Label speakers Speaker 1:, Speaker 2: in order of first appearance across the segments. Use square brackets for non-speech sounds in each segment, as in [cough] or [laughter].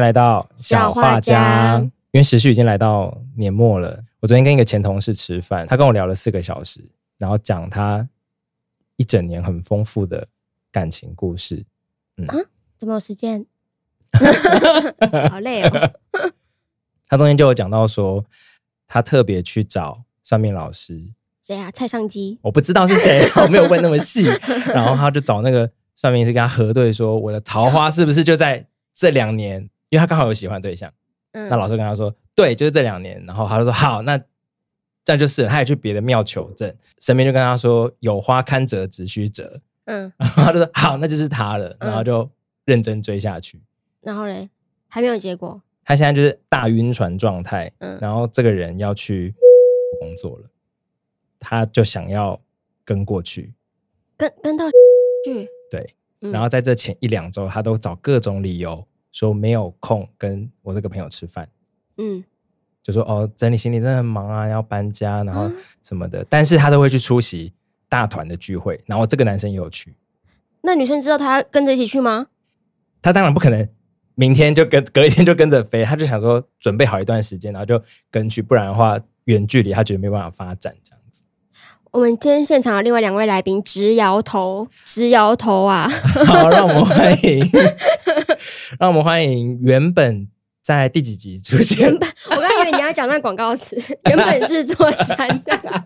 Speaker 1: 来到
Speaker 2: 小画家
Speaker 1: 因为时序已经来到年末了。我昨天跟一个前同事吃饭，他跟我聊了四个小时，然后讲他一整年很丰富的感情故事。
Speaker 2: 怎么有
Speaker 1: [laughs]
Speaker 2: 时间？好累哦。
Speaker 1: 他中间就有讲到说，他特别去找算命老师，
Speaker 2: 谁啊？蔡尚基。
Speaker 1: 我不知道是谁， [laughs] 我没有问那么细。然后他就找那个算命师跟他核对，说我的桃花是不是就在这两年？因为他刚好有喜欢对象。
Speaker 2: 嗯
Speaker 1: 那老师跟他说，对，就是这两年。然后他就说好，那这样就是了。他也去别的庙求证，神明就跟他说有花堪折直须折。
Speaker 2: 嗯，
Speaker 1: 然 [laughs] 后他就说好，那就是他了。然后就认真追下去。
Speaker 2: 然后嘞，还没有结果。
Speaker 1: 他现在就是大晕船状态，
Speaker 2: 嗯
Speaker 1: 然后这个人要去 [laughs] 工作了，他就想要跟过去，
Speaker 2: 跟跟到去，
Speaker 1: 对，
Speaker 2: 嗯
Speaker 1: 然后在这前一两周，他都找各种理由说没有空跟我这个朋友吃饭，
Speaker 2: 嗯，
Speaker 1: 就说哦整理行李真的很忙啊，要搬家，然后
Speaker 2: 啊
Speaker 1: 什么的，但是他都会去出席大团的聚会，然后这个男生也有去，
Speaker 2: 那女生知道他跟着一起去吗？
Speaker 1: 他当然不可能明天就跟隔一天就跟着飞，他就想说准备好一段时间，然后就跟去，不然的话远距离他觉得没办法发展这样
Speaker 2: [laughs]
Speaker 1: 子。
Speaker 2: 我们今天现场有另外两位来宾直摇头，直摇头啊！ [laughs]
Speaker 1: 好，让我们欢迎， [laughs] 让我们欢迎原本在第几集出现
Speaker 2: 原，本我刚才以为你要讲那广告词，原本是座山的，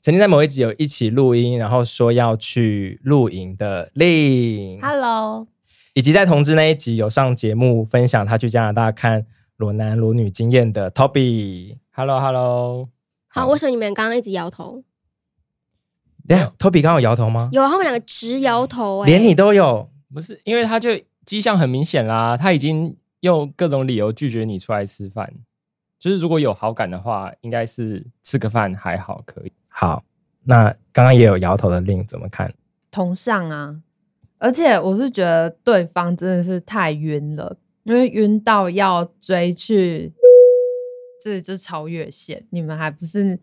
Speaker 1: 曾经在某一集有一起录音，然后说要去露营的令，
Speaker 3: Hello，
Speaker 1: 以及在同志那一集有上节目分享他去加拿大看裸男裸女经验的 Toby。Hello Hello，
Speaker 2: [laughs] 好，为什么你们刚刚一直摇头？
Speaker 1: 等一下 Toby 刚刚有摇头吗？
Speaker 2: 有啊，他们两个直摇头、欸，
Speaker 1: 连你都有，
Speaker 4: 不是，因为他就迹象很明显啦，他已经用各种理由拒绝你出来吃饭。就是如果有好感的话，应该是吃个饭还好可以。
Speaker 1: 好，那刚刚也有摇头的令怎么看？
Speaker 3: 同上啊，而且我是觉得对方真的是太晕了，因为晕到要追去，这就超越线，你们还不是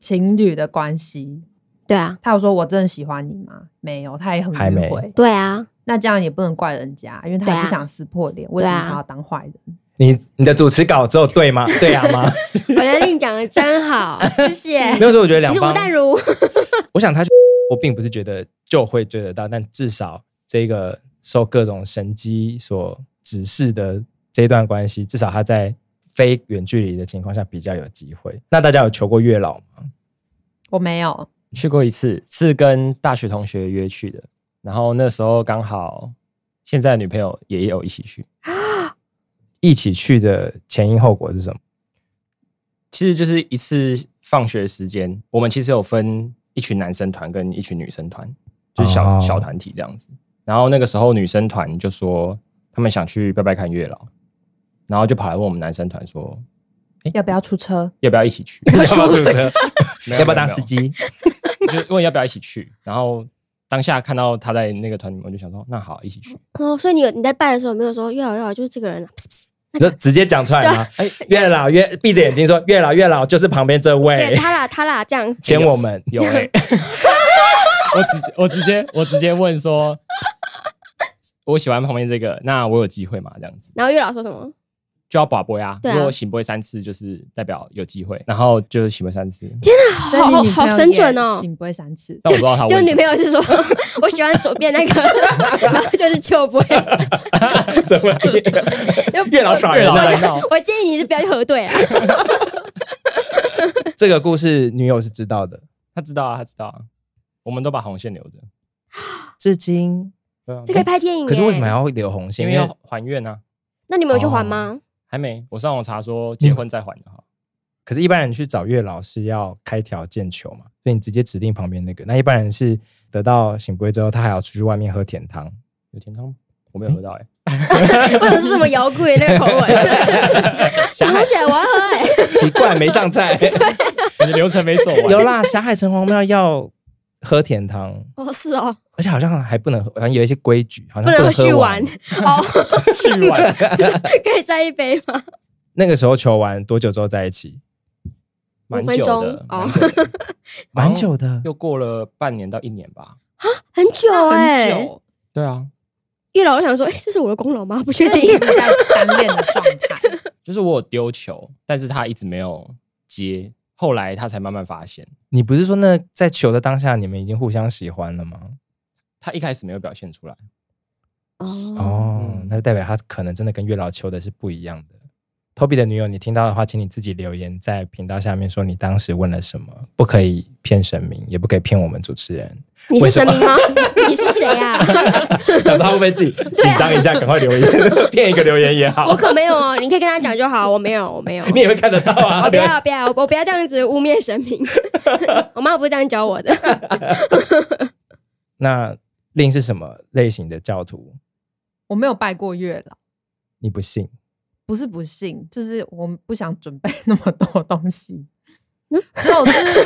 Speaker 3: 情侣的关系。
Speaker 2: 对啊，
Speaker 3: 他有说我真的喜欢你吗？没有，他也很
Speaker 1: 还没
Speaker 3: 迂回。
Speaker 2: 对啊，
Speaker 3: 那这样也不能怪人家，因为他
Speaker 2: 对
Speaker 3: 也
Speaker 2: 啊
Speaker 3: 不想撕破脸，为什
Speaker 2: 对啊
Speaker 3: 么他要当坏人？
Speaker 1: 你你的主持稿只有对吗？对啊
Speaker 2: [laughs]
Speaker 1: 吗？
Speaker 2: 我觉得你讲的真好，谢谢。
Speaker 1: 没有说我 [laughs] 觉得两
Speaker 2: 你是吴
Speaker 1: 方，
Speaker 2: 淡如，
Speaker 1: 我想他去，我并不是觉得就会追得到，但至少这个受各种神机所指示的这段关系，至少他在非远距离的情况下比较有机会。那大家有求过月老吗？
Speaker 3: 我没有，
Speaker 4: 去过一次，是跟大学同学约去的，然后那时候刚好现在的女朋友也有一起去，
Speaker 1: 一起去的前因后果是什么？
Speaker 4: 其实就是一次放学时间，我们其实有分一群男生团跟一群女生团，就是小、
Speaker 1: 哦
Speaker 4: 小团体这样子。然后那个时候女生团就说他们想去拜拜看月老，然后就跑来问我们男生团说
Speaker 3: 要不要出车？
Speaker 4: 要不要一起 [laughs] 去，
Speaker 1: 要不要出车？
Speaker 4: 没有
Speaker 1: 要不要当司？机？
Speaker 4: 没有没有就问要不要一起去。然后 [laughs] 当下看到他在那个团里面，我就想说那好一起去。
Speaker 2: 哦，所以你有你在拜的时候有没有说月老月老就是这个人啊，
Speaker 1: [laughs] 你就直接讲出来
Speaker 4: 啊
Speaker 1: 吗？哎，月老月闭着眼睛说月老月老就是旁边这
Speaker 2: 对
Speaker 1: 位，
Speaker 2: 他啦他啦这样，
Speaker 1: 牵我
Speaker 4: [laughs]
Speaker 1: 们
Speaker 4: 有欸
Speaker 1: 哎
Speaker 4: 我直我直接我直接问说，我喜欢旁边这个，那我有机会吗？这样子
Speaker 2: 然后月老说什么？
Speaker 4: 就要把杯啊，
Speaker 2: 对啊
Speaker 4: 如果醒杯三次，就是代表有机会，然后就醒杯三次。
Speaker 3: 所以你女朋
Speaker 2: 好
Speaker 3: 友
Speaker 2: 神准
Speaker 3: 也
Speaker 2: 哦！
Speaker 3: 醒不会三次。
Speaker 4: 啊但我
Speaker 2: [laughs]
Speaker 4: 不知道他
Speaker 2: 就
Speaker 4: 问
Speaker 2: 女
Speaker 4: 什
Speaker 2: 朋
Speaker 4: 么，
Speaker 2: 友是说，我喜欢左边那个， [laughs] 然后就是秋波。
Speaker 1: 什么意
Speaker 2: [laughs] 就
Speaker 1: 思月老耍人
Speaker 4: 月老
Speaker 1: 啊
Speaker 4: 来！闹
Speaker 2: 我建议你是不要去核对啊。
Speaker 1: 这个故事女友是知道的，
Speaker 4: 他知道啊，他知道啊，我们都把红线留着。
Speaker 1: 至今
Speaker 4: 对啊
Speaker 2: 这可以拍电影耶。
Speaker 1: 可是为什么要留红线？
Speaker 4: 因为要还愿啊，
Speaker 2: 那你们有去还吗？
Speaker 4: 还没。我上网查说结婚再还的话，
Speaker 1: 可是，一般人去找月老是要开条件求嘛，所以你直接指定旁边那个。那一般人是得到醒杯之后，他还要出去外面喝甜汤。
Speaker 4: 有甜汤吗我没有喝到哎，
Speaker 2: 或者是什么摇滚那个口 [laughs] 吻？什么东西啊？我要喝哎！
Speaker 1: 奇怪，没上
Speaker 4: [laughs]
Speaker 1: 菜。
Speaker 4: 你的流程没走
Speaker 1: 有
Speaker 4: 完。
Speaker 1: 啦，霞海城隍庙要喝甜汤，
Speaker 2: 哦，是哦，
Speaker 1: 而且好像还不能喝，好像有一些规矩，好
Speaker 2: 不
Speaker 1: 像
Speaker 2: 能
Speaker 1: 能
Speaker 2: 续
Speaker 1: 喝
Speaker 2: 完。哦，
Speaker 4: 去
Speaker 2: [laughs]
Speaker 4: 完
Speaker 2: 可以再一杯吗？
Speaker 1: 那个时候求完多久之后在一起？
Speaker 4: 蛮
Speaker 2: 五分
Speaker 4: 久
Speaker 2: 钟
Speaker 4: 的，
Speaker 2: 哦
Speaker 4: 蛮久的
Speaker 1: 蛮久的，
Speaker 4: 又过了半年到一年吧。
Speaker 2: 很久
Speaker 3: 很
Speaker 2: 哎，
Speaker 3: 久，
Speaker 4: 对啊，
Speaker 2: 月老就想说，哎、这是我的功劳吗？不 [laughs] 确
Speaker 3: 就你一
Speaker 2: 定
Speaker 3: 直。在单恋的状态。
Speaker 4: 就是我有丢球，但是他一直没有接，后来他才慢慢发现，
Speaker 1: 你不是说那在求的当下，你们已经互相喜欢了吗？
Speaker 4: 他一开始没有表现出来。
Speaker 2: 哦，
Speaker 1: 哦，
Speaker 4: 嗯
Speaker 1: 那就代表他可能真的跟月老求的是不一样的。Toby 的女友，你听到的话，请你自己留言在频道下面说你当时问了什么，不可以骗神明，也不可以骗我们主持人。
Speaker 2: 你
Speaker 1: 为
Speaker 2: 是
Speaker 1: 什
Speaker 2: 神
Speaker 1: 么
Speaker 2: 明吗？ [laughs] 你是谁啊？
Speaker 1: 想说他会不会自己紧张一下，赶快留言，骗一个留言也
Speaker 2: 我
Speaker 1: [laughs] 好，
Speaker 2: 可没有哦，你可以跟他讲就好，我没有，我没有。
Speaker 1: [laughs] 你也会看得到啊
Speaker 2: 我。不要不要，我不要这样子污蔑神明。 [laughs] 我妈不是这样教我的。 [laughs]
Speaker 1: 那令是什么类型的教徒？
Speaker 3: 我没有拜过月老，
Speaker 1: 你不信？
Speaker 3: 不是不信，就是我们不想准备 [laughs] 那么多东西。只有就是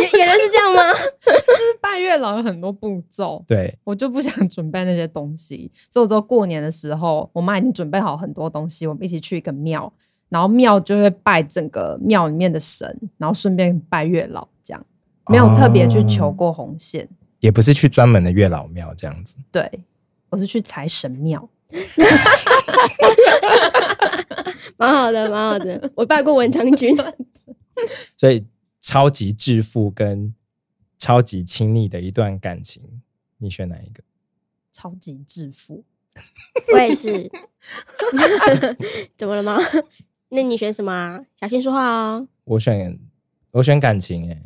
Speaker 3: [laughs]
Speaker 2: 也也能是这样吗？ [laughs]
Speaker 3: 就是拜月老有很多步骤，
Speaker 1: 对，
Speaker 3: 我就不想准备那些东西，所以我说过年的时候，我妈已经准备好很多东西，我们一起去一个庙，然后庙就会拜整个庙里面的神，然后顺便拜月老，这样没有特别去求
Speaker 1: 哦
Speaker 3: 过红线。
Speaker 1: 也不是去专门的月老庙这样子。
Speaker 3: 对，我是去财神庙，
Speaker 2: 蛮好的，蛮好的。我拜过文昌君，
Speaker 1: 所以超级致富跟超级亲密的一段感情，你选哪一个？
Speaker 3: 超级致富。
Speaker 2: [laughs]
Speaker 3: [laughs]
Speaker 2: 我也是。 [laughs] 怎么了吗？那你选什么啊？小心说话哦，
Speaker 1: 我选我选感情哎、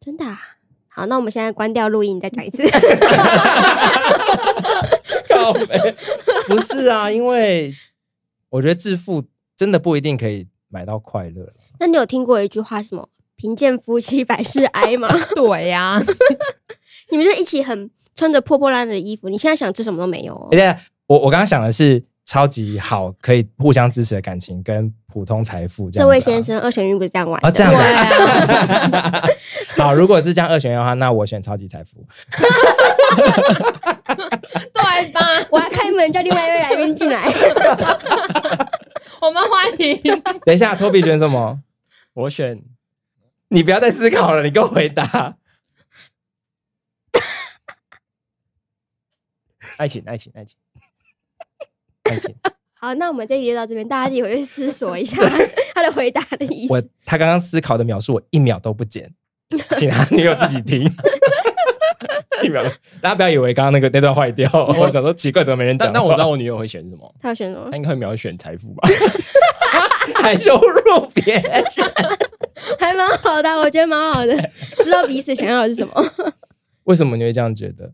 Speaker 2: 真的啊、好，那我们现在关掉录音，你再讲 [laughs] 一次。
Speaker 1: 靠北 [laughs] 不是啊，因为我觉得致富真的不一定可以买到快乐。
Speaker 2: 那你有听过一句话什么“贫贱夫妻百事哀”吗？
Speaker 3: 对呀、 [laughs]
Speaker 2: 你们就一起很穿着破破烂烂的衣服，你现在想吃什么都没有哦
Speaker 1: 而。且我我刚刚想的是超级好可以互相支持的感情跟普通财富这样、啊。
Speaker 2: 这位先生，二选一不是这样玩的。
Speaker 1: 哦这样
Speaker 3: 对啊， [laughs]
Speaker 1: [laughs] 好，如果是这样二选一的话，那我选超级财富。
Speaker 3: 对吧？
Speaker 2: 我要开门叫另外一位来宾进来。
Speaker 3: 我们欢迎
Speaker 1: 等一下，托比选什么？
Speaker 4: [laughs] 我选
Speaker 1: 你不要再思考了，你给我回答。
Speaker 4: 爱情，爱情，爱情，爱情。
Speaker 2: 好，那我们这一集就到这边，大家自己回去思
Speaker 1: [laughs]
Speaker 2: 索一下他的回答的意
Speaker 1: 我
Speaker 2: 思。
Speaker 1: 他刚刚思考的描述，我一秒都不剪，请他女友自己
Speaker 4: [laughs]
Speaker 1: 听。一秒，大家不要以为刚刚那个那段坏掉，我想说奇怪，怎么没人
Speaker 4: 但
Speaker 1: 讲？
Speaker 4: 但我知道我女友会选什么，
Speaker 2: 他要选什么
Speaker 4: 她？应该会秒选财富
Speaker 1: [laughs]
Speaker 4: 吧？
Speaker 1: 还羞辱别人。
Speaker 2: 还蛮好的，我觉得蛮好的，
Speaker 1: 哎
Speaker 2: 知道彼此想要的是
Speaker 1: [laughs]
Speaker 2: 什么。
Speaker 1: 为什么你会这样觉得？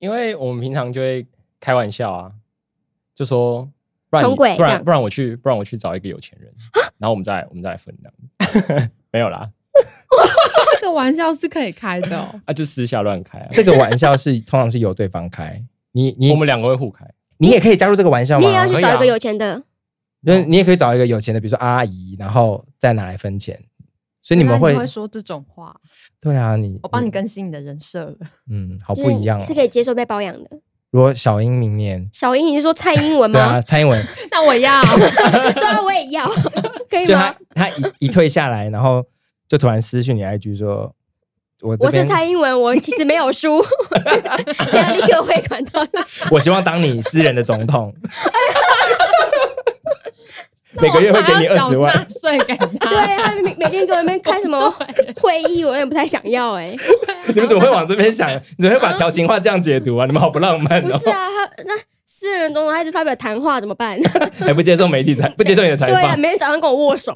Speaker 4: 因为我们平常就会开玩笑啊，就说不然
Speaker 2: 穷
Speaker 4: 你
Speaker 2: 鬼
Speaker 4: 不
Speaker 2: 这
Speaker 4: 然
Speaker 2: 样
Speaker 4: 不然我去不然我去找一个有钱人，然后我们再我们再来分这样。 [laughs] 没有啦，
Speaker 3: 这个玩笑是可以开
Speaker 1: [laughs]
Speaker 3: 的、哦。
Speaker 4: 啊就私下乱开啊。
Speaker 1: 这个玩笑是通常是由对方开，你你
Speaker 4: 我们两个会互开，
Speaker 1: 你也可以加入这个玩笑
Speaker 2: 你
Speaker 1: 吗
Speaker 2: 也？要去
Speaker 4: 可以
Speaker 2: 找一
Speaker 4: 啊
Speaker 2: 个有钱的，
Speaker 1: 那你也可以找一个有钱的，比如说阿姨，然后再拿来分钱。所以你们
Speaker 3: 原来
Speaker 1: 会
Speaker 3: 会说这种话？
Speaker 1: 对啊，你
Speaker 3: 我帮你更新你的人设了。
Speaker 1: 嗯，好
Speaker 2: 就是
Speaker 1: 不一样哦
Speaker 2: 是。可以接受被包养的。
Speaker 1: 如果小英明年
Speaker 2: 小英，你是说蔡英文
Speaker 1: 对啊， [laughs]
Speaker 2: 吗？
Speaker 1: 蔡英文
Speaker 3: [laughs] 那我要
Speaker 2: 对啊，我也
Speaker 1: [laughs]
Speaker 2: 要，可以
Speaker 1: 就
Speaker 2: 吗
Speaker 1: 他？他一一退下来，然后就突然私讯你 IG 说，我这
Speaker 2: 我是
Speaker 1: 边
Speaker 2: 蔡英文，我其实没有输， [laughs] 现在立刻汇款到他。
Speaker 1: 我希望当你私人的总
Speaker 3: [laughs]
Speaker 1: 统， [laughs] 每个月会给你二十
Speaker 3: 那我还要缴纳
Speaker 1: 万。
Speaker 3: 税给他。
Speaker 2: [laughs] 对啊，他每每天给我们开什么会议，我有点不太想要哎、
Speaker 1: [laughs] 你们怎么会往这边想？ [laughs] 你怎么会把调情话这样解读啊？你们好不浪漫
Speaker 2: [laughs] 不
Speaker 1: 哦
Speaker 2: 是！啊，他那私人总统他一直发表谈话怎么办？
Speaker 1: 还不接受媒体采，不接受你的采
Speaker 2: 对啊，
Speaker 1: 访。
Speaker 2: 每天早上跟我握手，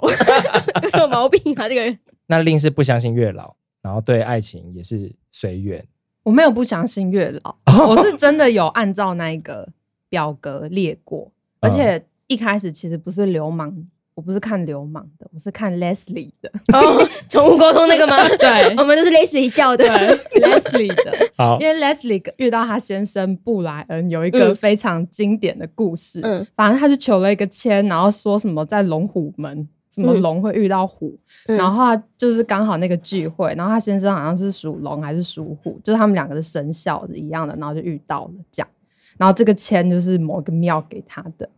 Speaker 2: 有什么毛病啊？这个人
Speaker 1: 那令是不相信月老，然后对爱情也是随缘。
Speaker 3: 我没有不相信月老，
Speaker 1: [laughs] 哦
Speaker 3: 我是真的有按照那一个表格列过，而且
Speaker 1: 嗯
Speaker 3: 一开始其实不是流氓，我不是看流氓的，我是看 Leslie 的，
Speaker 2: 哦， [laughs] 宠物沟通那个吗？
Speaker 3: [laughs] 对
Speaker 2: 我们都是类似一教的
Speaker 3: 对。Leslie 的，
Speaker 1: 好
Speaker 3: 因，为 Leslie 遇到她先生布莱恩有一个
Speaker 2: 嗯
Speaker 3: 非常经典的故事，
Speaker 2: 嗯
Speaker 3: 反正他就求了一个签，然后说什么在龙虎门，什么
Speaker 2: 嗯
Speaker 3: 龙会遇到虎，
Speaker 2: 嗯
Speaker 3: 然后他就是刚好那个聚会，然后他先生好像是属龙还是属虎，就是他们两个的生肖是一样的，然后就遇到了这样，然后这个签就是某一个庙给他的，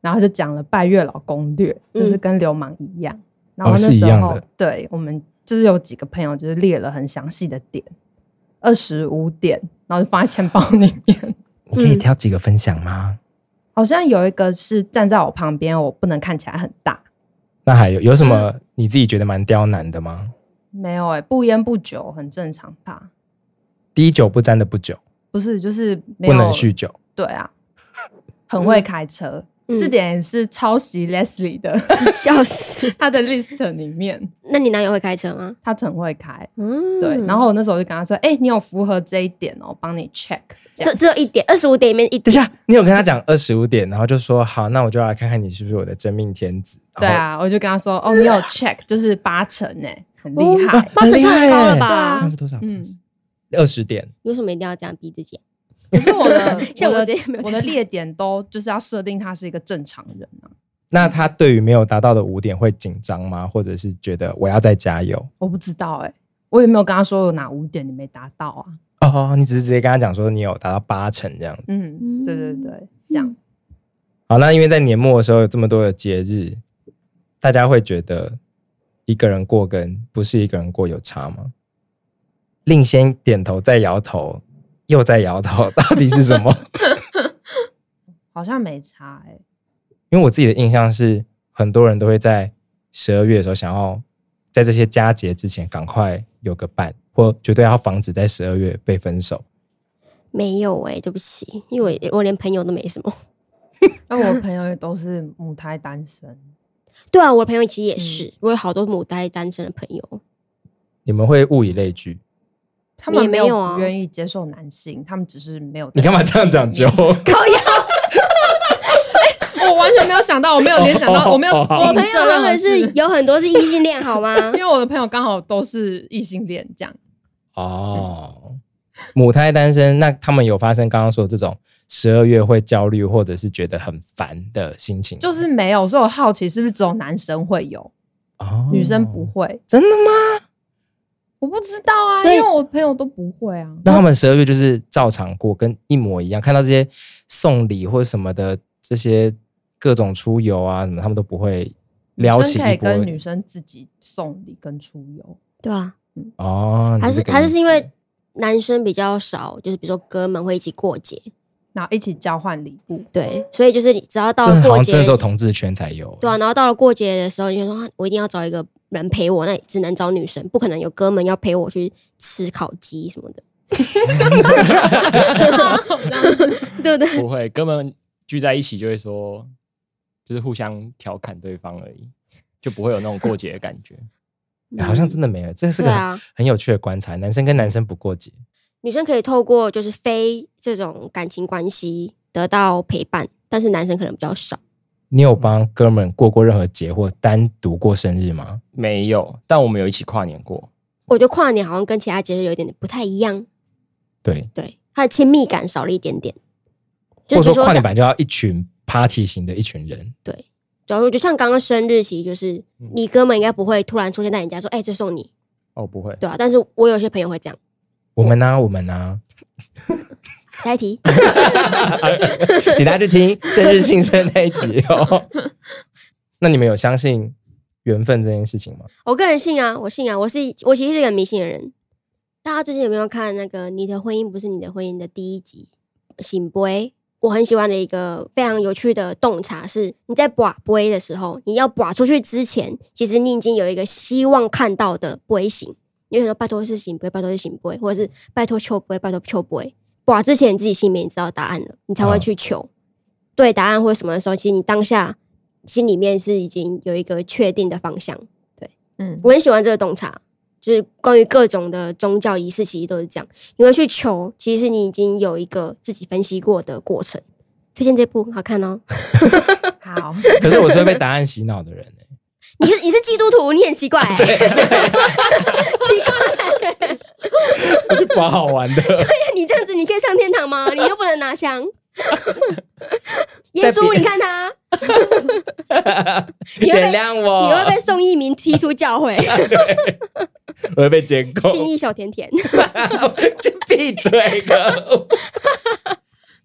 Speaker 3: 然后就讲了拜月老攻略，就是跟流氓一样，然后那
Speaker 1: 嗯哦是一
Speaker 3: 时
Speaker 1: 样
Speaker 3: 候、
Speaker 1: 的
Speaker 3: 对我们就是有几个朋友就是列了很详细的点，二十五点，然后就放在钱包里面。
Speaker 4: 你可以挑几个分享吗？
Speaker 3: 好像有一个是站在我旁边，我不能看起来很大。
Speaker 4: 那还有有什么
Speaker 3: 嗯
Speaker 4: 你自己觉得蛮刁难的吗？
Speaker 3: 没有哎、不烟不酒很正常吧？
Speaker 4: 滴酒不沾的不酒，
Speaker 3: 不是，就是没
Speaker 4: 不
Speaker 3: 有
Speaker 4: 能酗酒。
Speaker 3: 对啊，很会开车，
Speaker 2: 嗯
Speaker 3: 这点也是抄袭 Leslie 的， [laughs]
Speaker 2: 笑死。
Speaker 3: 他的 list 里面
Speaker 2: [laughs] 那你男友会开车吗？
Speaker 3: 他很会开。
Speaker 2: 嗯，
Speaker 3: 对，然后我那时候就跟他说：“哎、你有符合这一点哦，我帮你 check。”这
Speaker 2: 这
Speaker 3: 样
Speaker 2: 只有一点，二十五点里面一
Speaker 4: 等一
Speaker 2: 点。
Speaker 4: 下，你有跟他讲二十五点，然后就说好，那我就要来看看你是不是我的真命天子。
Speaker 3: 对
Speaker 4: 然后，
Speaker 3: 啊，我就跟他说：“哦，你有 check，就是八成哎、很厉害。
Speaker 4: 啊
Speaker 2: 哦八成
Speaker 4: 很厉
Speaker 2: 算很
Speaker 4: 害
Speaker 2: 高了
Speaker 4: 耶
Speaker 2: 吧
Speaker 1: 啊
Speaker 4: 这样是多少？
Speaker 3: 嗯，
Speaker 4: 二十点，
Speaker 2: 有什么一定要这样逼自己？
Speaker 3: 可是我的
Speaker 2: [laughs] 像
Speaker 3: 我
Speaker 2: 我
Speaker 3: 的
Speaker 2: 这样没有
Speaker 3: 我的
Speaker 2: 在想
Speaker 3: 列点都就是要设定他是一个正常人啊，
Speaker 4: 那他对于没有达到的五点会紧张吗？或者是觉得我要再加油？
Speaker 3: 我不知道哎、我也没有跟他说有哪五点你没达到啊。
Speaker 4: 哦，你只是直接跟他讲说你有达到八成这样子。
Speaker 3: 嗯，对对对，这样。
Speaker 4: 好，那因为在年末的时候有这么多的节日，大家会觉得一个人过跟不是一个人过有差吗？令先点头，再摇头，又再摇头，到底是什么？
Speaker 3: 好像没差哎、
Speaker 4: 因为我自己的印象是，很多人都会在十二月的时候想要在这些佳节之前赶快有个伴，或绝对要防止在十二月被分手。
Speaker 2: 没有哎、对不起，因为我我连朋友都没什么。
Speaker 3: 那我朋友也都是母胎单身，
Speaker 2: 对啊，我的朋友其实也是，我有好多母胎单身的朋友。
Speaker 4: 你们会物以类聚，
Speaker 3: 他们
Speaker 2: 也没
Speaker 3: 没有
Speaker 2: 有啊
Speaker 3: 不愿意接受男性，他们只是没有。
Speaker 4: 你干嘛这样讲究？
Speaker 3: 究？我完全没有想到，我没有联想到，我没有
Speaker 4: 哦哦哦
Speaker 2: 我朋
Speaker 3: 影
Speaker 2: 友
Speaker 3: 射
Speaker 2: 他
Speaker 3: 任何
Speaker 2: 们是
Speaker 3: 事。
Speaker 2: 有很多是异性恋，好 [laughs] 吗
Speaker 3: 因？为我的朋友刚好都是异性恋，这样
Speaker 4: 哦，母胎单身，那他们有发生刚刚说这种十二月会焦虑或者是觉得很烦的心情吗，
Speaker 3: 就是没有。所以我好奇是不是只有男生会有，
Speaker 4: 哦
Speaker 3: 女生不会？
Speaker 4: 真的吗？
Speaker 3: 我不知道啊，因
Speaker 2: 所以
Speaker 3: 为我朋友都不会啊。
Speaker 4: 那他们十二月就是照常过，跟一模一样。看到这些送礼或什么的，这些各种出游啊什么，他们都不会撩
Speaker 3: 女
Speaker 4: 起
Speaker 3: 生可
Speaker 4: 一
Speaker 3: 以
Speaker 4: 波
Speaker 3: 跟女生自己送礼跟出游，
Speaker 2: 对啊，
Speaker 4: 哦。
Speaker 2: 还
Speaker 4: 你
Speaker 2: 是
Speaker 4: 这个
Speaker 2: 还
Speaker 4: 意
Speaker 2: 是
Speaker 4: 思
Speaker 2: 是因为男生比较少，就是比如说哥们会一起过节，
Speaker 3: 然后一起交换礼物。
Speaker 2: 对，所以就是你只要到
Speaker 4: 真
Speaker 2: 了
Speaker 4: 的好
Speaker 2: 过
Speaker 4: 像
Speaker 2: 节
Speaker 4: 真的只有，同志圈才有。
Speaker 2: 对啊，然后到了过节的时候，你就说啊我一定要找一个人陪我，那只能找女生，不可能有哥们要陪我去吃烤鸡什 [laughs] 么的，对不对？
Speaker 5: 不会，哥们聚在一起就会说，就是互相调侃对方而已，就不会有那种过节的
Speaker 2: [laughs]
Speaker 5: 感觉。
Speaker 4: 哎好像真的没有，这是个
Speaker 2: 对
Speaker 4: 很,、
Speaker 2: 啊
Speaker 4: 有趣的观察。男生跟男生不过节，
Speaker 2: 女生可以透过就是非这种感情关系得到陪伴，但是男生可能比较少。
Speaker 4: 你有帮哥们过过任何节或单独过生日吗？
Speaker 5: 没有，但我们有一起跨年过，
Speaker 2: 我觉得跨年好像跟其他节日有点不太一样，
Speaker 4: 对，
Speaker 2: 对，它的亲密感少了一点点。就
Speaker 4: 或者
Speaker 2: 比如
Speaker 4: 说
Speaker 2: 说
Speaker 4: 跨年
Speaker 2: 像，
Speaker 4: 版就要一群 party 型的一群人。
Speaker 2: 假如就像刚刚生日，其实就是
Speaker 4: 嗯
Speaker 2: 你哥们应该不会突然出现在你家说，哎、这送你，
Speaker 5: 哦，不会，
Speaker 2: 对啊。但是我有些朋友会这样。
Speaker 4: 我们呢、啊我们呢、
Speaker 2: 下一题，
Speaker 4: 请大家去听生日庆生那一集哦。那你们有相信缘分这件事情吗？
Speaker 2: 我个人信啊，我信啊，我是我其实是一个很迷信的人。大家最近有没有看那个《你的婚姻不是你的婚姻》的第一集？醒杯，我很喜欢的一个非常有趣的洞察是，你在把杯的时候，你要把出去之前，其实你已经有一个希望看到的杯型。你会说拜托是醒杯，拜托是醒杯，或者是拜托求杯，拜托求杯。把之前你自己心里面已经知道答案了，你才会
Speaker 4: 嗯
Speaker 2: 去求、对答案或什么的时候，其实你当下心里面是已经有一个确定的方向。
Speaker 3: 嗯，
Speaker 2: 我很喜欢这个洞察，就是关于各种的宗教仪式，其实都是这样。你会去求，其实你已经有一个自己分析过的过程。推荐这部好看哦！
Speaker 3: 好，
Speaker 4: 可是我是会被答案洗脑的人、欸、
Speaker 2: 你是你是基督徒，你很奇怪、欸， [laughs] 奇怪、
Speaker 4: 我去保好玩的。
Speaker 2: 你这样子你可以上天堂吗？你又不能拿
Speaker 4: [laughs]
Speaker 2: 香。耶
Speaker 4: 在
Speaker 2: 稣，
Speaker 4: 别
Speaker 2: 你看他，你会被
Speaker 4: [laughs] 原谅我，
Speaker 2: 你会被宋一鸣踢出教会，
Speaker 4: 哎我会被监控。
Speaker 2: 信义小甜甜。
Speaker 4: 就闭嘴了。 [laughs]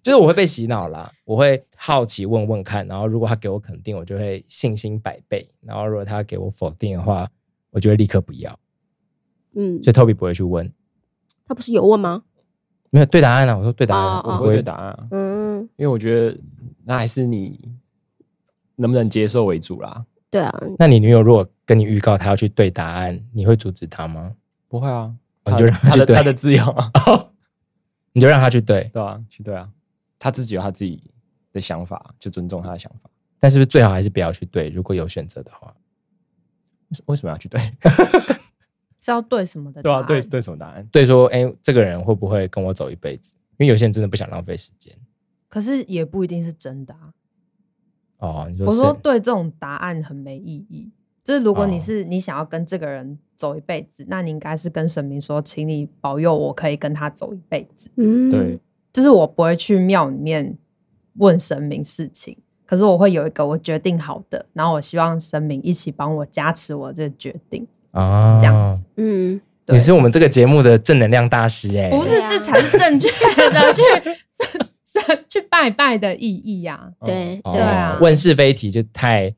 Speaker 4: 就是我会被洗脑啦，我会好奇问问看，然后如果他给我肯定，我就会信心百倍；然后如果他给我否定的话，我就会立刻不要。
Speaker 2: 嗯
Speaker 4: 所，以 Toby 不会去问，
Speaker 2: 他不是有问吗？
Speaker 1: 没有对答案啊，我说对答案啊，
Speaker 2: 哦
Speaker 4: 我
Speaker 1: 我
Speaker 4: 不
Speaker 1: 不
Speaker 4: 会
Speaker 1: 会
Speaker 4: 对答案啊，
Speaker 2: 嗯，
Speaker 4: 因为我觉得那还是你能不能接受为主啦。
Speaker 2: 对啊，
Speaker 1: 那你女友如果跟你预告她要去对答案，你会阻止她吗？
Speaker 4: 不会啊，
Speaker 1: 哦
Speaker 4: 他
Speaker 1: 你就让他
Speaker 4: 他的
Speaker 1: 去对
Speaker 4: 他的自由啊，
Speaker 1: 你就让她去对，
Speaker 4: 对啊，去对啊，他自己有他自己的想法，就尊重他的想法。
Speaker 1: 但是不是最好还是不要去对？如果有选择的话，
Speaker 4: 为什为什么要去对？
Speaker 3: 是要对什么的？
Speaker 1: [laughs]
Speaker 4: 对啊，对，对什么答案？
Speaker 1: 对说，哎、这个人会不会跟我走一辈子？因为有些人真的不想浪费时间
Speaker 3: 可是也不一定是真的啊。
Speaker 1: 哦。你说
Speaker 3: 我
Speaker 1: 是，
Speaker 3: 说对这种答案很没意义。就是如果你
Speaker 1: 哦
Speaker 3: 是你想要跟这个人走一辈子，那你应该是跟神明说，请你保佑我可以跟他走一辈子。
Speaker 2: 嗯，
Speaker 4: 对，，
Speaker 3: 就是我不会去庙里面问神明事情，可是我会有一个我决定好的，然后我希望神明一起帮我加持我这个决定。
Speaker 1: 啊
Speaker 3: 这样子，
Speaker 2: 嗯，
Speaker 3: 对
Speaker 1: 你是我们这个节目的正能量大师哎、
Speaker 3: 不是
Speaker 2: 对，啊
Speaker 3: 这才是正确的去去去拜拜的意义 [laughs] 呀、
Speaker 2: 对，
Speaker 1: 哦
Speaker 2: 对
Speaker 3: 啊
Speaker 1: 问是非题就太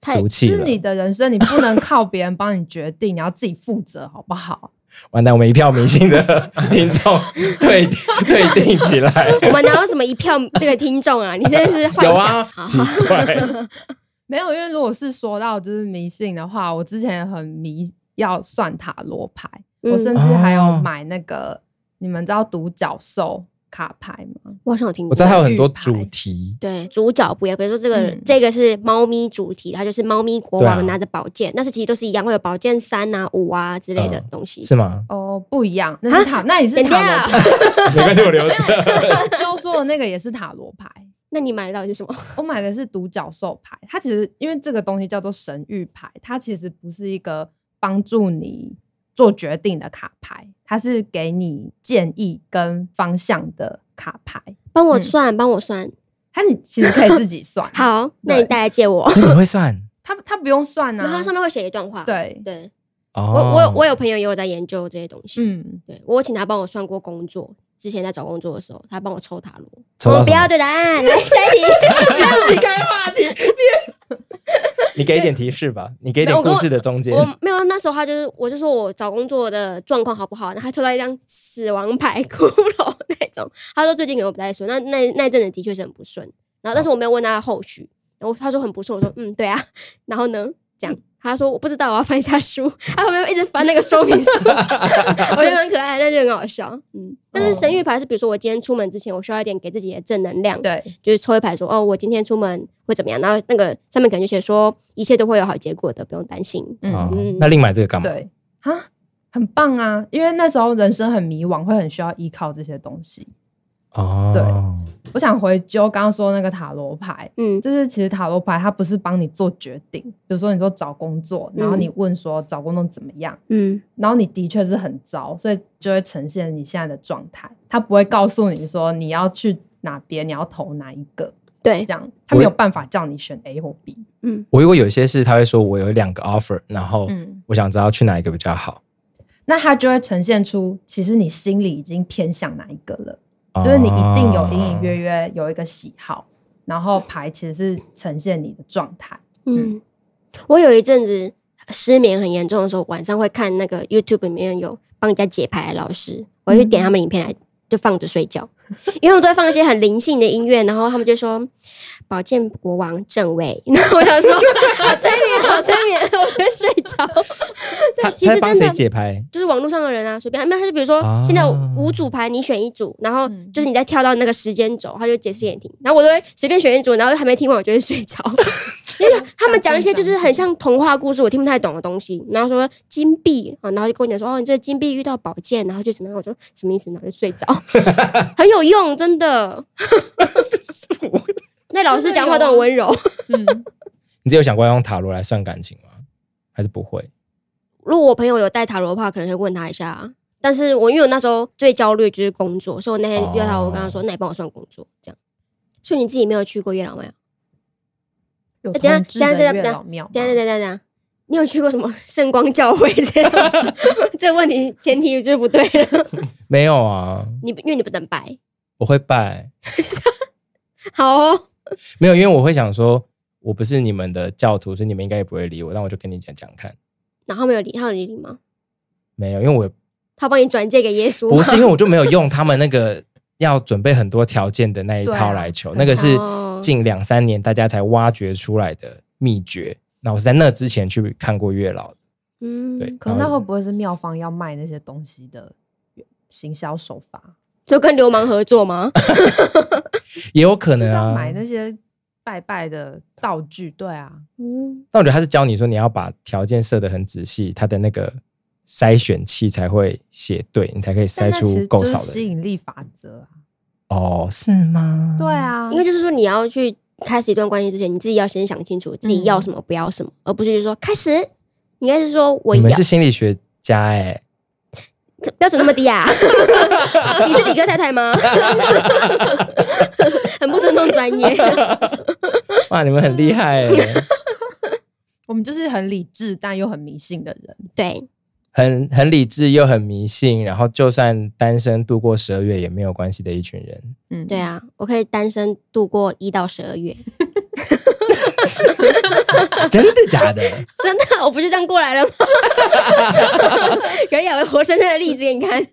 Speaker 2: 太
Speaker 1: 俗
Speaker 3: 就
Speaker 1: 气
Speaker 3: 是
Speaker 1: 了。
Speaker 3: 你的人生，你不能靠别人帮你决定，你要自己负责，好不好？
Speaker 1: 完蛋，我们一票明星的 [laughs] 听众对对定起来，
Speaker 2: [laughs] 我们哪有什么一票那个听众啊？你真的是幻
Speaker 1: 有
Speaker 2: 想
Speaker 1: 啊， [laughs] 奇怪，
Speaker 3: [laughs] 没有，因为如果是说到就是迷信的话，我之前很迷要算塔罗牌，
Speaker 2: 嗯
Speaker 3: 我甚至还有
Speaker 1: 哦
Speaker 3: 买那个、你们知道独角兽卡牌吗？
Speaker 2: 我好嗯像有听
Speaker 1: 我
Speaker 2: 过，
Speaker 1: 知道它有很多主题，
Speaker 2: 对，主角不一样。比如说这个、
Speaker 3: 嗯
Speaker 2: 这个是猫咪主题，它就是猫咪国
Speaker 1: 对
Speaker 2: 王
Speaker 1: 啊
Speaker 2: 拿着宝剑，但是其实都是一样，会有宝剑三啊、五啊之类的
Speaker 1: 嗯
Speaker 2: 东西。
Speaker 1: 是吗？
Speaker 3: 哦，不一样，那是塔，那也是
Speaker 2: 剪掉
Speaker 3: 塔罗。
Speaker 1: [laughs] 没关系，我留着。
Speaker 3: 牌。 [laughs] 就说的那个也是塔罗牌，
Speaker 2: 那你买的到底是什么？
Speaker 3: 我买的是独角兽牌。它其实因为这个东西叫做神谕牌，它其实不是一个帮助你做决定的卡牌，它是给你建议跟方向的卡牌。
Speaker 2: 帮我算，帮我算。，
Speaker 3: 它你其实可以自己算
Speaker 2: 嗯 [laughs] 好，那你
Speaker 3: 对
Speaker 2: 带来借我。
Speaker 4: 嗯
Speaker 1: 你会算
Speaker 3: 它它不用算
Speaker 2: 然后
Speaker 3: 啊
Speaker 2: 它。上面会写一段话。
Speaker 3: 对，
Speaker 2: 对，
Speaker 1: 哦？
Speaker 2: 我我
Speaker 1: [laughs]
Speaker 2: 我有朋友也有在研究这些东西。
Speaker 3: 嗯，
Speaker 2: 对我有请他帮我算过工作，之前在找工作的时候，他帮我抽塔罗。
Speaker 1: 抽
Speaker 2: 我
Speaker 1: 到
Speaker 2: 们
Speaker 1: 什
Speaker 2: 不
Speaker 1: 么
Speaker 2: 要对答 [laughs] 案，来下一题。
Speaker 1: 自己开话题，你给一点提示吧，你给一
Speaker 2: 没有
Speaker 1: 点
Speaker 2: 我跟
Speaker 1: 故
Speaker 2: 我
Speaker 1: 事的中间。
Speaker 2: 我没有，啊那时候他就是，我就说我找工作的状况好不好，然后他抽到一张死亡牌骷髅那种，他说最近可能不太顺，那那那一阵子的确是很不顺，然后但是我没有问他的后续，然后他说很不顺，我说嗯对啊，然后呢这样。他说：“我不知道，我要翻一下书。” [laughs] 他后面一直翻那个说明书， [laughs] 我觉得很可爱，但是很好笑。嗯，但是神谕牌是，比如说我今天出门之前，我需要一点给自己的正能量，
Speaker 3: 对，
Speaker 2: 就是抽一排说哦，我今天出门会怎么样，然后那个上面可能就写说一切都会有好结果的，不用担心。
Speaker 1: 哦
Speaker 4: 啊
Speaker 3: 嗯，
Speaker 2: 嗯
Speaker 1: 那另买这个干嘛？
Speaker 3: 对，啊，很棒啊，因为那时候人生很迷惘，会很需要依靠这些东西。
Speaker 1: 哦，
Speaker 3: 我想回揪刚刚说那个塔罗牌，
Speaker 2: 嗯，
Speaker 3: 就是其实塔罗牌它不是帮你做决定，比如说你说找工作，然后你问说找工作怎么样，
Speaker 2: 嗯，
Speaker 3: 然后你的确是很糟，所以就会呈现你现在的状态，它不会告诉你说你要去哪边，你要投哪一个，
Speaker 2: 对
Speaker 3: 这，样它没有办法叫你选 A 或 B。
Speaker 2: 嗯，
Speaker 1: 我如果有些是他会说我有两个 offer，然后
Speaker 3: 嗯，
Speaker 1: 我想知道去哪一个比较好，
Speaker 3: 那它就会呈现出其实你心里已经偏向哪一个了。就是你一定有隐隐约
Speaker 1: 约。
Speaker 3: 约有一个喜好，然后牌其实是呈现你的状态。
Speaker 2: 嗯。我有一阵子失眠很严重的时候，晚上会看那个 YouTube 里面有帮人家解牌的老师，我就
Speaker 1: 嗯
Speaker 2: 点他们影片来就放着睡觉， [laughs] 因为他们都会放一些很灵性的音乐，然后他们就说宝剑国王正位， [laughs] 然后我想说好催眠，好催眠， [laughs] 我就睡着。 [laughs]
Speaker 1: 他
Speaker 2: 嗯对，其
Speaker 1: 他
Speaker 2: 实
Speaker 1: 在帮
Speaker 2: 真
Speaker 1: 谁
Speaker 2: 的
Speaker 1: 解牌？
Speaker 2: 就是网络上的人啊，随便，没有他就比如说
Speaker 1: 啊
Speaker 2: 现在五组牌，你选一组，然后
Speaker 3: 嗯
Speaker 2: 就是你再跳到那个时间轴，他就解释给你听，然后我都会随便选一组，然后还没听完我就会睡着，因为他们讲一些就是很像童话故事，我听不太懂的东西，然后说金币啊，然后就跟我讲说哦，你这金币遇到宝剑，然后就怎么样，我说什么意思呢？然后就睡着，很有用，真的。那老师讲话都很温柔。
Speaker 3: 嗯，
Speaker 1: 你自己有想过要用塔罗来算感情吗？还是不会？
Speaker 2: 如果我朋友有带塔罗的话，可能会问他一下啊。但是我因为我那时候最焦虑就是工作，所以我那天
Speaker 1: 哦
Speaker 2: 约他，我跟他说：“那你帮我算工作。”这样。所以你自己没有去过月老庙？
Speaker 3: 有
Speaker 2: 哎等一下
Speaker 3: 通知的
Speaker 2: 等一下
Speaker 3: 月
Speaker 2: 等一下
Speaker 3: 老庙吗，
Speaker 2: 等一下等一下等一下，你有去过什么圣光教会这样？ [laughs] 这个问题前提就是不对了。
Speaker 1: 没有啊，
Speaker 2: 你因为你不能拜，
Speaker 1: 我会拜，
Speaker 2: 好哦。
Speaker 1: 没有，因为我会想说，我不是你们的教徒，所以你们应该也不会理我，那我就跟你讲讲看。
Speaker 2: 然后他们有理，他有理你吗？
Speaker 1: 没有，因为我
Speaker 2: 他帮你转借给耶稣吗，
Speaker 4: 不是因为我就没有用他们那个要准备很多条件的那一
Speaker 3: 对啊啊
Speaker 4: 套来求，
Speaker 3: 很
Speaker 4: 那个是
Speaker 2: 哦
Speaker 4: 近两三年大家才挖掘出来的秘诀。那我是在那之前去看过月老的，
Speaker 2: 嗯，
Speaker 4: 对，
Speaker 3: 可
Speaker 4: 然
Speaker 3: 那
Speaker 4: 后
Speaker 3: 会不会是妙方要卖那些东西的行销手法？
Speaker 2: 就跟流氓合作吗？
Speaker 4: 嗯也有可
Speaker 3: 就
Speaker 4: 能
Speaker 3: 是要
Speaker 4: 啊。
Speaker 3: 买那些拜拜的道具，对啊，
Speaker 2: 嗯，
Speaker 4: 但我觉得他是教你说你要把条件设得很仔细，他的那个筛选器才会写对，你才可以筛
Speaker 3: 但那其
Speaker 4: 出
Speaker 3: 实
Speaker 4: 够
Speaker 3: 就是
Speaker 4: 少的
Speaker 3: 吸
Speaker 4: 人。
Speaker 3: 引力法则啊，
Speaker 4: 哦，是吗？
Speaker 3: 对，啊，
Speaker 2: 嗯因为就是说你要去开始一段关系之前，你自己要先想清楚自己要什么，不要什么，而不是就是说开始，应该是说我
Speaker 4: 你
Speaker 2: 要
Speaker 4: 们是心理学家哎、
Speaker 2: 这标准那么低啊？ [laughs] 你是理科太太吗？ [laughs] 很不尊重专业。
Speaker 4: 哇，你们很厉害、
Speaker 3: [laughs]
Speaker 4: 欸，
Speaker 3: 我们就是很理智但又很迷信的人，
Speaker 2: 对，
Speaker 4: 很 [laughs] 很理智又很迷信，然后就算单身度过十二月也没有关系的一群人。
Speaker 3: 嗯，
Speaker 2: 对，啊，我可以单身度过一到十二月，
Speaker 4: [laughs] 真的假的？
Speaker 2: 真的，我不就这样过来了吗？ [laughs] 可以啊，我活生生的例子给你看。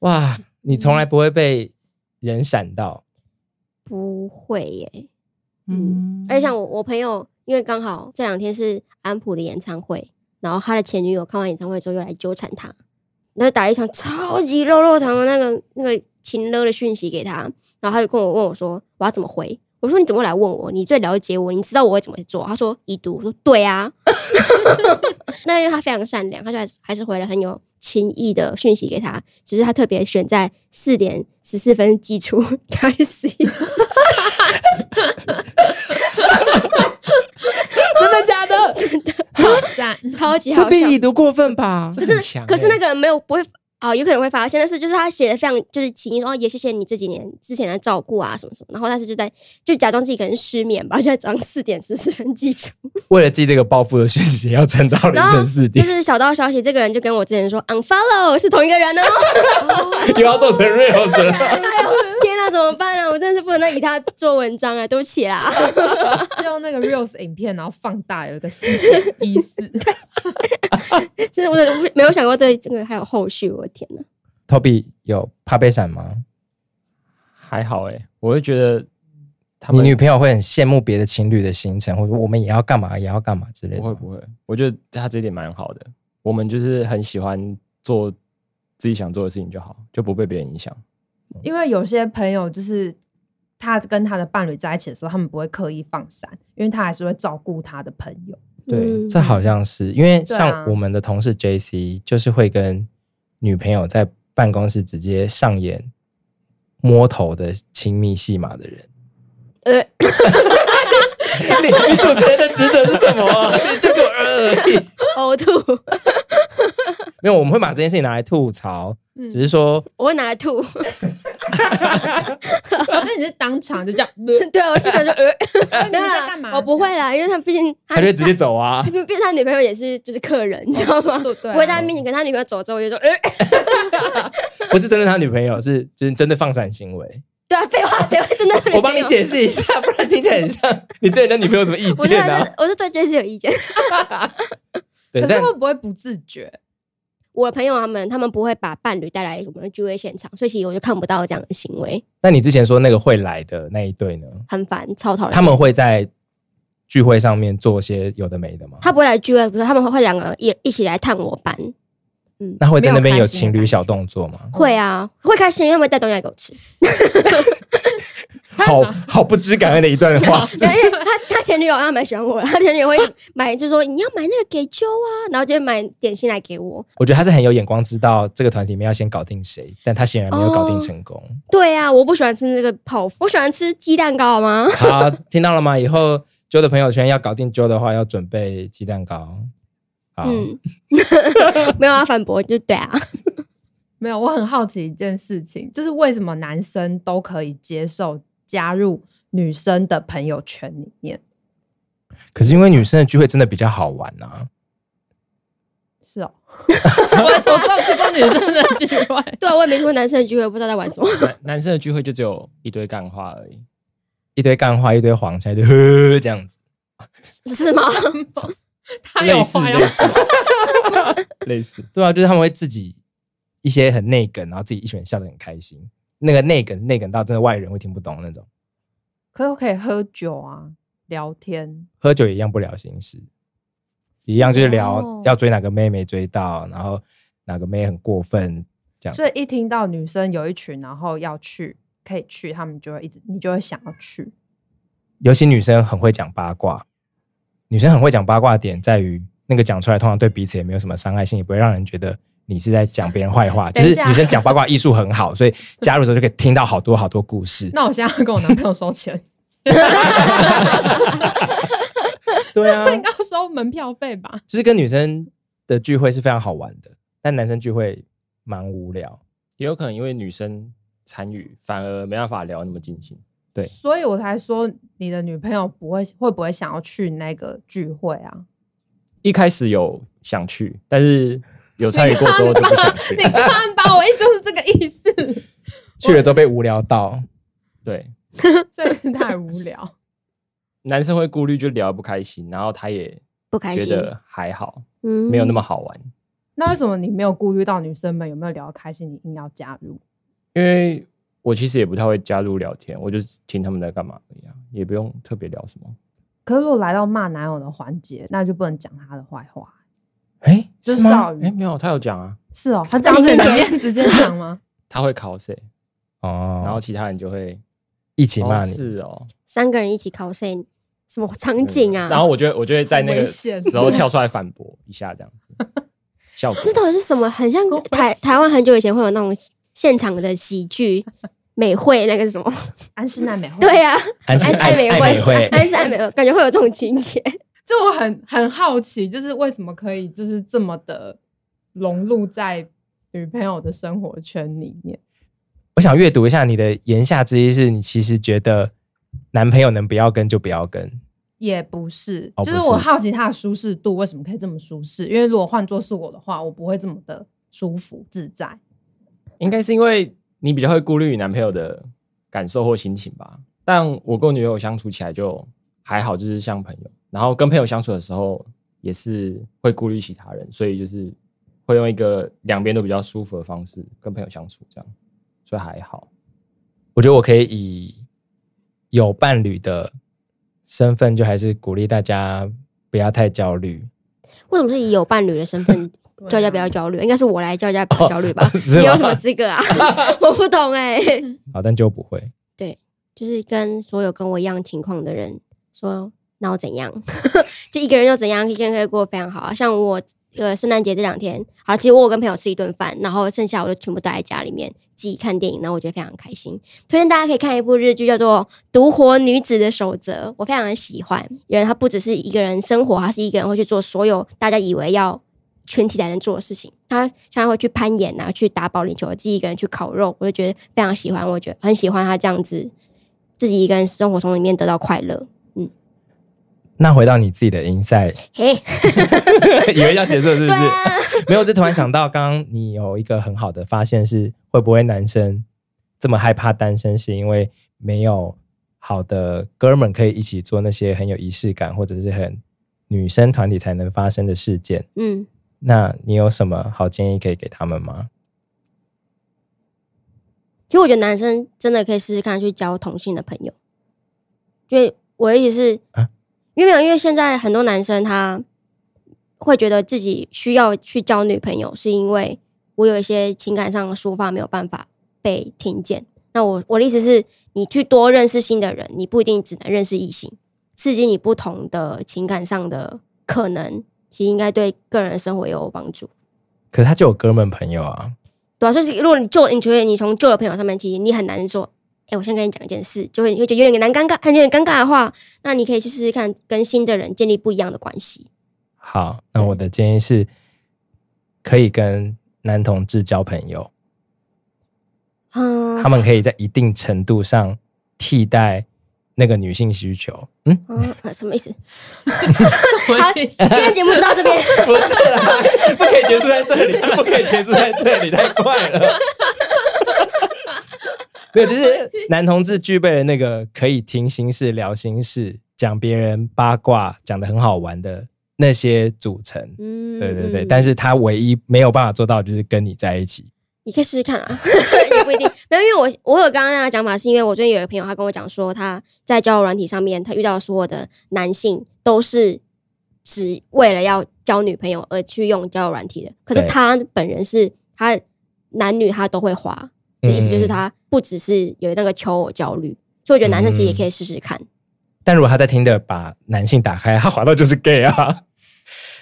Speaker 4: 哇，你从来不会被人闪到，
Speaker 2: 不会耶，
Speaker 4: 嗯，
Speaker 3: 哎
Speaker 2: 而且像我我朋友，因为刚好这两天是安普的演唱会，然后他的前女友看完演唱会之后又来纠缠他，然后打了一场超级肉肉糖的那个那个情勒的讯息给他，然后他就跟我问我说我要怎么回。我说你怎么会来问我？你最了解我，你知道我会怎么做。他说已读，我说对啊。 [laughs] 那因为他非常善良，他就还是还是回了很有情意的讯息给他，只是他特别选在四点十四分寄出， [laughs] 叫他去死一死。
Speaker 4: 真的假的？
Speaker 3: [laughs] 好赞，
Speaker 2: [laughs] 超级
Speaker 4: 这
Speaker 2: 好笑。
Speaker 4: 比已读过分吧？
Speaker 1: 这
Speaker 2: 嗯可
Speaker 1: 很
Speaker 2: 是
Speaker 1: 强
Speaker 2: 可是
Speaker 1: 欸
Speaker 2: 那个人没有不会啊、有可能会发现，但是就是他写的非常就是情意，哦，也谢谢你这几年之前的照顾啊什么什么，然后但是就在就假装自己可能失眠吧，就在早上四点十四分记住，
Speaker 4: 为了记这个暴富的讯息，要撑到凌
Speaker 2: 然后
Speaker 4: 晨四
Speaker 2: 就
Speaker 4: 点，
Speaker 2: 是小道消息，这个人就跟我之前说 unfollow 是同一个
Speaker 4: [laughs]
Speaker 2: 人哦，
Speaker 4: 又要做成 real 了。
Speaker 2: 哎呦天哪、怎么办啊？我真的是不能再以他做文章啊，对不起啦。 [laughs]
Speaker 3: 就用那个 reels 影片，然后放大有一个四一
Speaker 2: [laughs]
Speaker 3: 四，
Speaker 2: 真的，我真的没有想过这这个还有后续，我的天哪！
Speaker 4: Toby 有怕被闪吗？
Speaker 1: 还好哎、
Speaker 4: 欸
Speaker 1: 我会觉得他
Speaker 4: 你
Speaker 1: 们
Speaker 4: 女朋友会很羡慕别的情侣的行程，或者我们也要干嘛，也要干嘛之类
Speaker 1: 不
Speaker 4: 的
Speaker 1: 会
Speaker 4: 吗。
Speaker 1: 不会，我觉得他这一点蛮好的。我们就是很喜欢做自己想做的事情就好，就不被别人影响。
Speaker 3: 因为有些朋友就是他跟他的伴侣在一起的时候，他们不会刻意放闪，因为他还是会照顾他的朋
Speaker 2: [laughs]
Speaker 3: 友。
Speaker 4: 对，
Speaker 2: 嗯
Speaker 4: 这好像是因为
Speaker 3: 对啊
Speaker 4: 像我们的同事 J C，就是会跟女朋友在办公室直接上演摸头的亲密戏码的人。
Speaker 2: 呃，
Speaker 4: 你你主持人的职责是什么？ [laughs] 你就给我呃，
Speaker 2: [laughs] 呕吐，
Speaker 4: 没有，我们会把这件事情拿来吐槽，
Speaker 3: 嗯
Speaker 4: 只是说
Speaker 2: 我会拿来吐。 [laughs]
Speaker 3: 那你是当场就这样，
Speaker 2: 对啊，我心想说呃，
Speaker 3: [laughs] 那你
Speaker 2: 没有
Speaker 3: 在
Speaker 2: 啦
Speaker 3: 干嘛？
Speaker 2: 我不会啦，因为他毕竟
Speaker 4: 他就直接走啊
Speaker 2: [laughs] 他。毕竟他女朋友也是就是客人，你知道吗？
Speaker 3: [laughs] 对对啊
Speaker 2: 不会在他面前跟他女朋友走之后，我就说，呃，
Speaker 4: 不是真的他女朋友，是真真的放闪行为。
Speaker 2: 对啊，废话，谁会真的？
Speaker 4: 我帮你，解释一下，不然听起来很像 [laughs] 你对你的女朋友有什么意
Speaker 2: 我就
Speaker 4: 见啊？
Speaker 2: 我就对这件事有意见。
Speaker 4: 对，
Speaker 3: 可
Speaker 4: 但
Speaker 3: 是会不会不自觉？
Speaker 2: 我的朋友他们，他们不会把伴侣带来我们的聚会现场，所以其实我就看不到这样的行为，
Speaker 4: 那你之前说那个会来的那一对呢？
Speaker 2: 很烦，超讨厌。
Speaker 4: 他们会在聚会上面做些有的没的吗？
Speaker 2: 他不会来聚会，不是他们会两个一一起来探我班，嗯，
Speaker 4: 那会在那边
Speaker 3: 没有
Speaker 4: 有
Speaker 3: 开心的
Speaker 4: 情
Speaker 3: 感
Speaker 4: 侣
Speaker 3: 觉
Speaker 4: 小动作吗？
Speaker 2: 会啊，会开心，因为他们带东西来给我吃。
Speaker 4: 好好不知感恩的一段话，
Speaker 2: 对，因为他他前女友好像蛮喜欢我的，他前女友会买，就说你要买那个给揪啊，然后就会买点心来给我。
Speaker 4: 我觉得他是很有眼光，知道这个团体里面要先搞定谁，但他 [laughs] 显然没有搞定成功。
Speaker 2: 对啊，我不喜欢吃那个泡芙，我喜欢吃鸡蛋糕好吗？
Speaker 4: 好，听到了吗？以后 Joe 的朋友圈要搞定 Joe 的话，要准备鸡蛋糕。好，
Speaker 2: 嗯， [laughs] 没有要反驳，就对啊，
Speaker 3: 没有，我很好奇一件事情，就是为什么男生都可以接受加入女生的朋友圈里面？
Speaker 4: 可是因为女生的聚会真的比较好玩啊，
Speaker 3: 是 [laughs] 哦，我我只有去过女生的聚
Speaker 1: [laughs]
Speaker 3: 会，
Speaker 2: 对啊，我也没去过男生的聚会，不知道在玩什
Speaker 4: [laughs]
Speaker 2: 么。
Speaker 1: 男男生的聚会就只有一堆干话而已。
Speaker 4: 一堆干话，一堆黄
Speaker 1: [laughs]
Speaker 4: 腔，一堆呵这样子。
Speaker 2: 是吗？
Speaker 3: 他
Speaker 1: 类
Speaker 3: 有
Speaker 1: 似
Speaker 3: 话要
Speaker 1: 类似类似，啊
Speaker 4: 对啊，就是他们会自己
Speaker 1: 一些很内梗，然后自己一群人笑得很开心。那个内梗是内梗到真的外人会听不懂那种，
Speaker 3: 可是可以喝酒啊，聊天，
Speaker 1: 喝酒也一样不聊心事，一样就是聊、
Speaker 3: 哦
Speaker 1: 要追哪个妹没追到，然后哪个妹很过分这样。
Speaker 3: 所以一听到女生有一群，然后要去可以去，他们就会一直你就会想要去。
Speaker 1: 尤其女生很会讲八卦，女生很会讲八卦的点在于，那个讲出来通常对彼此也没有什么伤害性，也不会让人觉得你是在讲别人坏话。就
Speaker 3: 等一
Speaker 1: 是
Speaker 3: 下
Speaker 1: 女生讲八卦艺术很好，所以加入的时候就可以听到好多好多故事。
Speaker 3: [laughs] 那我现在要跟我男朋友收 [laughs] 钱，
Speaker 1: 对啊，
Speaker 3: [laughs] 应该要收门票费吧？
Speaker 1: 就是跟女生的聚会是非常好玩的，但男生聚会蛮无聊。
Speaker 4: 也有可能因为女生参与，反而没办法聊那么尽兴。对
Speaker 3: 所以我才说你的女朋友不会会不会想要去那个聚会啊？
Speaker 4: 一开始有想去，但是有参与过之后就不想
Speaker 3: [laughs]
Speaker 4: 去
Speaker 3: 你。看吧，我一就是这个意思，
Speaker 1: 去了之后被无聊到，
Speaker 4: 对，
Speaker 3: 真是太无聊。
Speaker 4: 男生会顾虑就聊得不开心，然后他也
Speaker 2: 不开
Speaker 4: 觉
Speaker 2: 心，
Speaker 4: 得还好，
Speaker 2: 嗯
Speaker 4: 没有那么好玩。
Speaker 3: [laughs] 那为什么你没有顾虑到女生们有没有聊得开心，你硬要加入？
Speaker 4: 因为我其实也不太会加入聊天，我就听他们在干嘛一样，也不用特别聊什么。
Speaker 3: 可是如果来到骂男友的环节，那就不能讲他的坏话。
Speaker 1: 哎、
Speaker 3: 就是是
Speaker 1: 吗？
Speaker 3: 少
Speaker 4: 哎，
Speaker 3: 宇
Speaker 4: 没有，他有讲啊，
Speaker 3: 是哦，他这样子直接直接讲吗？
Speaker 4: 他会考谁，
Speaker 1: 哦，
Speaker 4: 然
Speaker 1: 然
Speaker 4: 后
Speaker 1: 后
Speaker 4: 其他人就会
Speaker 1: 一起骂
Speaker 4: 哦
Speaker 1: 你，
Speaker 4: 是哦，
Speaker 2: 三个人一起 cos 什么场景啊？
Speaker 4: 然后我就会我就会在那
Speaker 3: 好
Speaker 4: 个
Speaker 3: 危险
Speaker 4: 时候跳出来反驳一下，这样子。效果
Speaker 2: [laughs] 这到底是什么？很像
Speaker 3: 好危
Speaker 2: 台
Speaker 3: 险
Speaker 2: 台湾很久以前会有那种现场的喜剧美会那个是什么？
Speaker 3: [laughs]
Speaker 2: [laughs]
Speaker 3: 安室奈美惠，
Speaker 2: 对，呀、
Speaker 1: 安
Speaker 2: 安
Speaker 1: 是
Speaker 2: 是爱美
Speaker 1: 爱美
Speaker 2: 惠， [laughs]
Speaker 1: 惠，
Speaker 2: 安是爱美惠，感觉会有这种情节。
Speaker 3: 就我很很好奇，就是为什么可以就是这么的融入在女朋友的生活圈里面？
Speaker 1: 我想阅读一下你的言下之意，是你其实觉得呃男朋友能不要跟就不要跟，
Speaker 3: 也不是，
Speaker 1: 哦
Speaker 3: 就是
Speaker 1: 不是
Speaker 3: 我好奇他的舒适度为什么可以这么舒适？因为如果换做是我的话，我不会这么的舒服自在。
Speaker 4: 应该是因为你比较会顾虑你男朋友的感受或心情吧。但我跟我女友相处起来就还好，就是像朋友。然后跟朋友相处的时候也是会顾虑其他人，所以就是会用一个两边都比较舒服的方式跟朋友相处，这样，所以还好。
Speaker 1: 我觉得我可以以有伴侣的身份，就还是鼓励大家不要太焦虑。
Speaker 2: 为什么是以有伴侣的身份叫
Speaker 3: 对啊
Speaker 2: 人家不要焦虑？应该是我来叫人家不要焦虑吧？
Speaker 1: 是吗
Speaker 2: 你有什么资格啊？我不懂哎、
Speaker 1: 好，但就不会。
Speaker 2: 就是跟所有跟我一样情况的人说，那我怎样？ [laughs] 就一个人又怎样？一个人可以过得非常好啊。像我呃，圣诞节这两天，好，其实我有跟朋友吃一顿饭，然后剩下我就全部待在家里面自己看电影，然后我觉得非常开心。推荐大家可以看一部日剧，叫做《独活女子的守则》，我非常的喜欢。人她不只是一个人生活，她是一个人会去做所有大家以为要群体才能做的事情。她像会去攀岩啊，去打保龄球，自己一个人去烤肉，我就觉得非常喜欢。我觉得很喜欢她这样子，自己一个人生活从里面得到快乐。
Speaker 1: 那回到你自己的
Speaker 4: [laughs]
Speaker 1: inside，
Speaker 2: 嘿，
Speaker 1: 以为要结束了是不
Speaker 2: 对
Speaker 1: 是？
Speaker 2: 啊，
Speaker 1: 没有，这突然想到，刚刚你有一个很好的发现是，会不会男生这么害怕单身，是因为没有好的哥们可以一起做那些很有仪式感，或者是很女生团体才能发生的事件？
Speaker 2: 嗯。
Speaker 1: 那你有什么好建议可以给他们吗？
Speaker 2: 其实我觉得男生真的可以试试看去交同性的朋友。就我的意思是，
Speaker 1: 啊
Speaker 2: 因为没有，因为现在很多男生他会觉得自己需要去交女朋友，是因为我有一些情感上的抒发没有办法被听见。那我我的意思是，你去多认识新的人，你不一定只能认识异性，刺激你不同的情感上的可能，其实应该对个人的生活也有帮助。
Speaker 1: 可是他就有哥们朋友啊，
Speaker 2: 对啊，所以是如果你旧，你觉得你从旧的朋友上面，其实你很难说，哎、我先跟你讲一件事，就会你会觉得有点难尴尬，很有点尴尬的话，那你可以去试试看跟新的人建立不一样的关系。
Speaker 1: 好，那我的建议是，可以跟男同志交朋友，
Speaker 2: 嗯啊
Speaker 1: 他，们可以在一定程度上替代那个女性需求。嗯，
Speaker 2: 嗯呃什么意思？
Speaker 3: 好 [laughs]
Speaker 2: 好，今天节目就到这边。 [laughs]
Speaker 1: [laughs] 不是啦，不可以结束在这里，不可以结束在这里，太快
Speaker 2: [laughs]
Speaker 1: 了。没有，就是男同志具备了那个可以听心事、聊心事、讲别人八卦、讲的很好玩的那些组成。
Speaker 2: 嗯，
Speaker 1: 对对对，
Speaker 2: 嗯
Speaker 1: 但是他唯一没有办法做到的就是跟你在一起。
Speaker 2: 你可以试试看啊， [laughs] 也不一定。没有，因为我我有刚刚那个讲法，是因为我最近有一个朋友，他跟我讲说，他在交友软体上面，他遇到所有的男性都是只为了要交女朋友而去用交友软体的，可是
Speaker 1: 对
Speaker 2: 他本人是他男女他都会滑，的意思就是他不只是有那个求偶焦虑，所以我觉得男生其实也可以试试看，
Speaker 1: 但如果他在听的把男性打开，他滑到就是 gay 啊。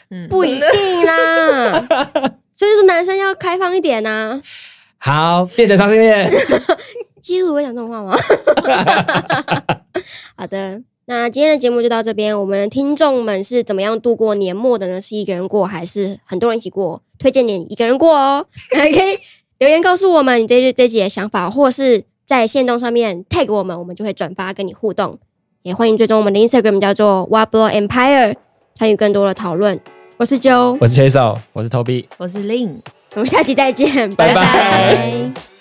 Speaker 3: 嗯，
Speaker 2: 不一定啦。所以说男生要开放一点呐、啊，
Speaker 1: 好，变成双性
Speaker 2: [laughs]
Speaker 1: 恋，
Speaker 2: 基督徒会讲这种话吗？ [laughs] 好的，那今天的节目就到这边。我们的听众们是怎么样度过年末的呢？是一个人过，还是很多人一起过？推荐你一个人过哦， [laughs] 还可以留言告诉我们你这这集的想法，或是在线动上面 tag 我们，我们就会转发跟你互动。也欢迎追踪我们的 Instagram 叫做 w a b l o Empire，参与更多的讨论。我是 Joe，
Speaker 1: 我是 c h a s e
Speaker 4: 我是 Toby。
Speaker 3: 我是 Lin。
Speaker 2: 我们下期再见，
Speaker 1: 拜
Speaker 2: 拜拜
Speaker 1: 拜